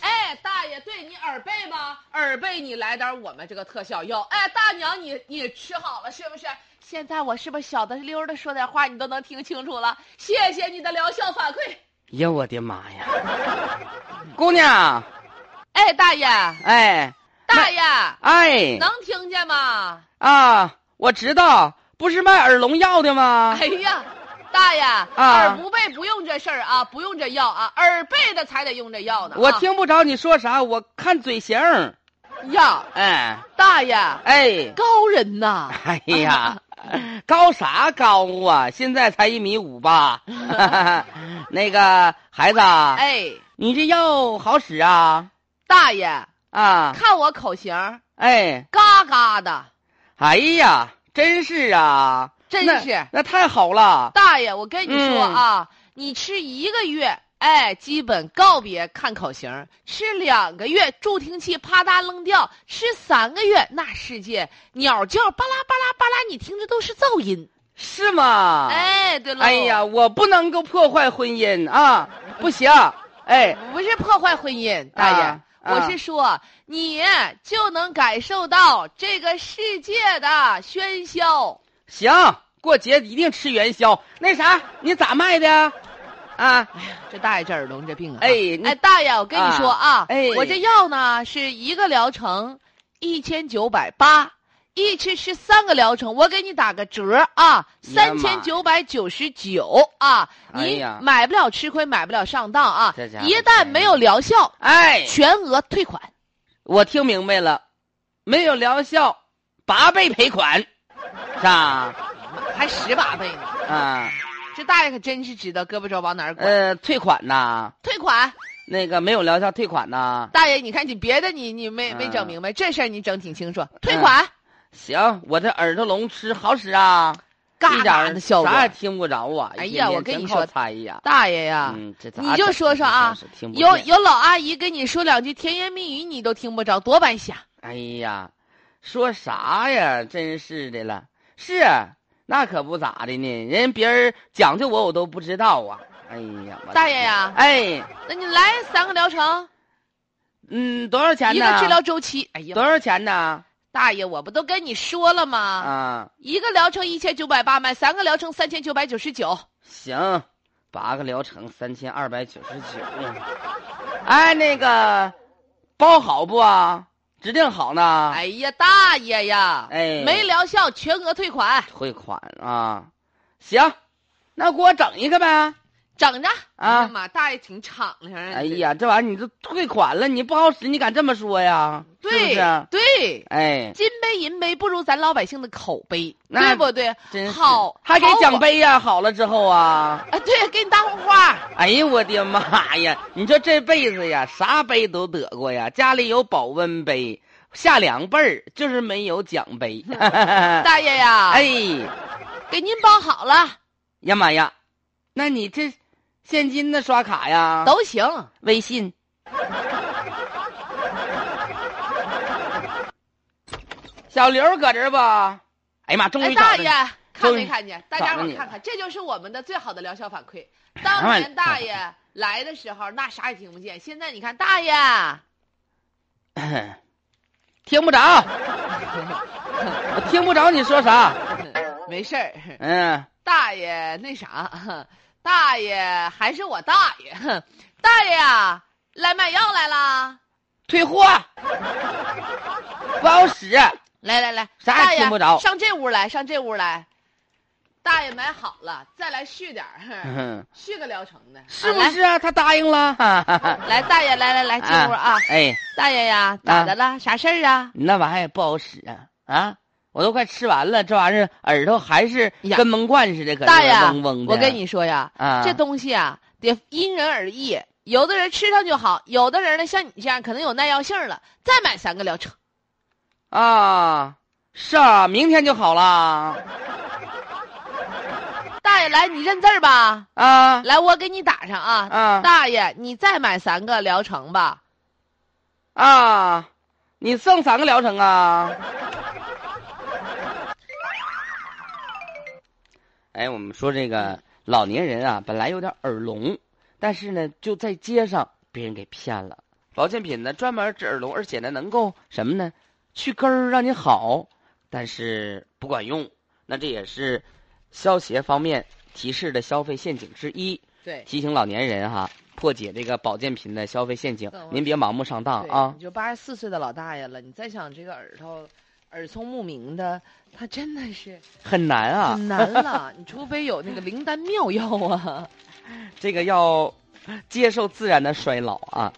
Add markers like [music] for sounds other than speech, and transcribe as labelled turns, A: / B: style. A: 哎耳
B: 哎
A: 背你来点我们这个特效药。哎，大娘你你吃好了是不是？现在我是不是小的溜的说点话你都能听清楚了？谢谢你的疗效反馈。
B: 呀，我的妈呀！ [laughs] 姑娘，
A: 哎，大爷，
B: 哎，
A: 大爷，
B: 哎，
A: 能听见吗？
B: 啊，我知道，不是卖耳聋药的吗？
A: 哎呀，大爷，耳不背不用这事儿啊，不用这药啊，耳背的才得用这药呢。啊
B: 我听不着你说啥，我看嘴型儿。
A: 呀，
B: 哎，
A: 大爷，
B: 哎，
A: 高人呐！
B: 哎呀， [laughs] 高啥高啊？现在才一米五吧？ [laughs] 那个孩子，啊
A: 哎，
B: 你这药好使啊？
A: 大爷，
B: 啊，
A: 看我口型儿，
B: 哎，
A: 嘎嘎的。
B: 哎呀，真是啊，
A: 真
B: 那
A: 是
B: 那太好了。
A: 大爷，我跟你说
B: 嗯
A: 啊，你吃一个月，哎，基本告别看口型儿；吃两个月，助听器啪嗒扔掉；吃三个月，那世界鸟叫巴拉巴拉巴拉，你听着都是噪音。
B: 是吗？
A: 哎，对了，
B: 哎呀，，我不能够破坏婚
A: [laughs]
B: 姻啊，不行。哎，
A: 不是破坏婚姻，大爷，
B: 啊
A: 我是说你就能感受到这个世界的喧嚣。
B: 行，过节一定吃元宵。那啥，你咋卖的？啊，
A: 这大爷这耳聋这病啊！
B: 哎你
A: 哎，大爷，我跟你说啊，
B: 哎
A: 我这药呢是一个疗程一千九百八，一次吃三个疗程，我给你打个折啊，
B: 哎呀
A: 三
B: 妈
A: 千九百九十九啊！
B: 哎
A: 你
B: 呀
A: 买不了吃亏，买不了上当啊
B: 这家！伙
A: 一旦没有疗效，
B: 哎，
A: 全额退款。
B: 我听明白了，没有疗效，八倍赔款，啥？
A: 还十八倍呢！
B: 啊，
A: 这大爷可真是知道胳膊肘往哪儿拐。
B: 呃，退款呐？
A: 退款，
B: 那个没有疗效退款呐？
A: 大爷，你看你别的你你没没整
B: 嗯
A: 明白，这事儿你整挺清楚。退款，
B: 行，我这耳朵聋吃好使啊，
A: 嘎
B: 一点
A: 嘎
B: 儿
A: 的效果。
B: 啥也听不着啊。
A: 哎呀
B: 一天天
A: 我跟你
B: 全靠
A: 说
B: 猜呀，
A: 大爷呀，
B: 嗯，这咋
A: 你就
B: 整
A: 说说啊，
B: 真是听不
A: 有
B: 见
A: 有老阿姨跟你说两句甜言蜜语，你都听不着，多白瞎！
B: 哎呀，说啥呀？真是的了，是啊那可不咋的呢。人别人讲究我，我都不知道啊。哎呀，我的
A: 大爷
B: 天
A: 呀
B: 哎，
A: 那你来三个疗程，
B: 嗯，多少钱呢？
A: 一个治疗周期。哎呀
B: 多，少钱呢？
A: 大爷，我不都跟你说了吗？
B: 啊，
A: 一个疗程一千九百八买，三个疗程三千九百九十九。
B: 行，八个疗程三千二百九十九。
A: [laughs]
B: 哎，那个包好不啊？指定好呢。
A: 哎呀，大爷呀，
B: 啊哎
A: 没疗效全额退款，
B: 退款啊，行，那给我整一个呗。
A: 整着。
B: 啊
A: 哎呀妈，大爷挺敞亮啊。
B: 哎呀，这玩意儿你都退款了，你不好使，你敢这么说呀？
A: 这，
B: 是不啊
A: 对
B: 是？
A: 对，
B: 哎，
A: 金杯银杯不如咱老百姓的口碑，
B: 那
A: 对不对？
B: 真是
A: 好，
B: 还给
A: 好
B: 奖
A: 我
B: 杯呀、好了之后啊，
A: 啊，对，给你大红花。
B: 哎呀，我的妈呀！你说这辈子呀，啥杯都得过呀，家里有保温杯、下凉被儿，就是没有奖
A: [laughs]
B: 杯。
A: 大爷呀，哎，
B: 哎
A: 给您包好了，
B: 呀妈呀，那你这现金的刷卡呀？
A: 都行。
B: 微信。小刘搁这儿不？哎呀妈，终
A: 哎，
B: 于找
A: 大
B: 着
A: 爷
B: 你。，
A: 看
B: 终于
A: 没看见？大家
B: 找着
A: 伙
B: 你
A: 看看，这就是我们的最好的疗效反馈。
B: 啥
A: 当
B: 玩意儿
A: 年大爷来的时候，那啥也听不见。现在你看，大
B: [laughs]
A: 爷，
B: [clears throat] 听不着，我听不着你说啥。
A: 没事儿，
B: 嗯，
A: 大爷那啥，大爷还是我大爷，大爷呀，来买药来啦！
B: 退货，不好使。 [clears throat]
A: 来来来，
B: 啥也
A: 大爷
B: 听不着
A: 上这屋来，上这屋来。大爷买好了，再来续点
B: [laughs]
A: 儿，
B: 嗯
A: 续个疗程的，
B: 是不
A: 啊来
B: 是啊？他答应了。 [laughs] 哈哈哈
A: 来，大爷，来来来，进屋啊！
B: 哎，
A: 大爷呀，咋的了？啥事儿啊？
B: 你那玩意儿不好使啊啊！我都快吃完了，这玩意儿耳朵还是
A: 呀
B: 跟闷罐似的，搁这
A: 大爷
B: 儿嗡嗡，的。
A: 我跟你说呀，
B: 啊，
A: 这东西啊，得因人而异。有的人吃上就好，有的人呢，像你这样可能有耐药性儿了，再买三个疗程。
B: 啊，是啊，明天就好了
A: 大爷，来，你认字儿吧。
B: 啊
A: 来，我给你打上啊。
B: 啊
A: 大爷，你再买三个疗程吧。
B: 啊！你剩三个疗程啊？哎，我们说这个老年人啊，本来有点耳聋，但是呢，就在街上被人给骗了。保健品呢专门治耳聋，而且呢能够什么呢？去根儿让你好，但是不管用。那这也是消协方面提示的消费陷阱之一，
A: 对，
B: 提醒老年人哈破解这个保健品的消费陷阱
A: 嗯，
B: 您别盲目上当
A: 对
B: 啊
A: 你！就八十四岁的老大爷了，你再想这个耳朵耳聪目明的，他真的是
B: 很难啊，
A: 很难了。你除非有那个灵丹妙药啊，
B: 这个要接受自然的衰老啊。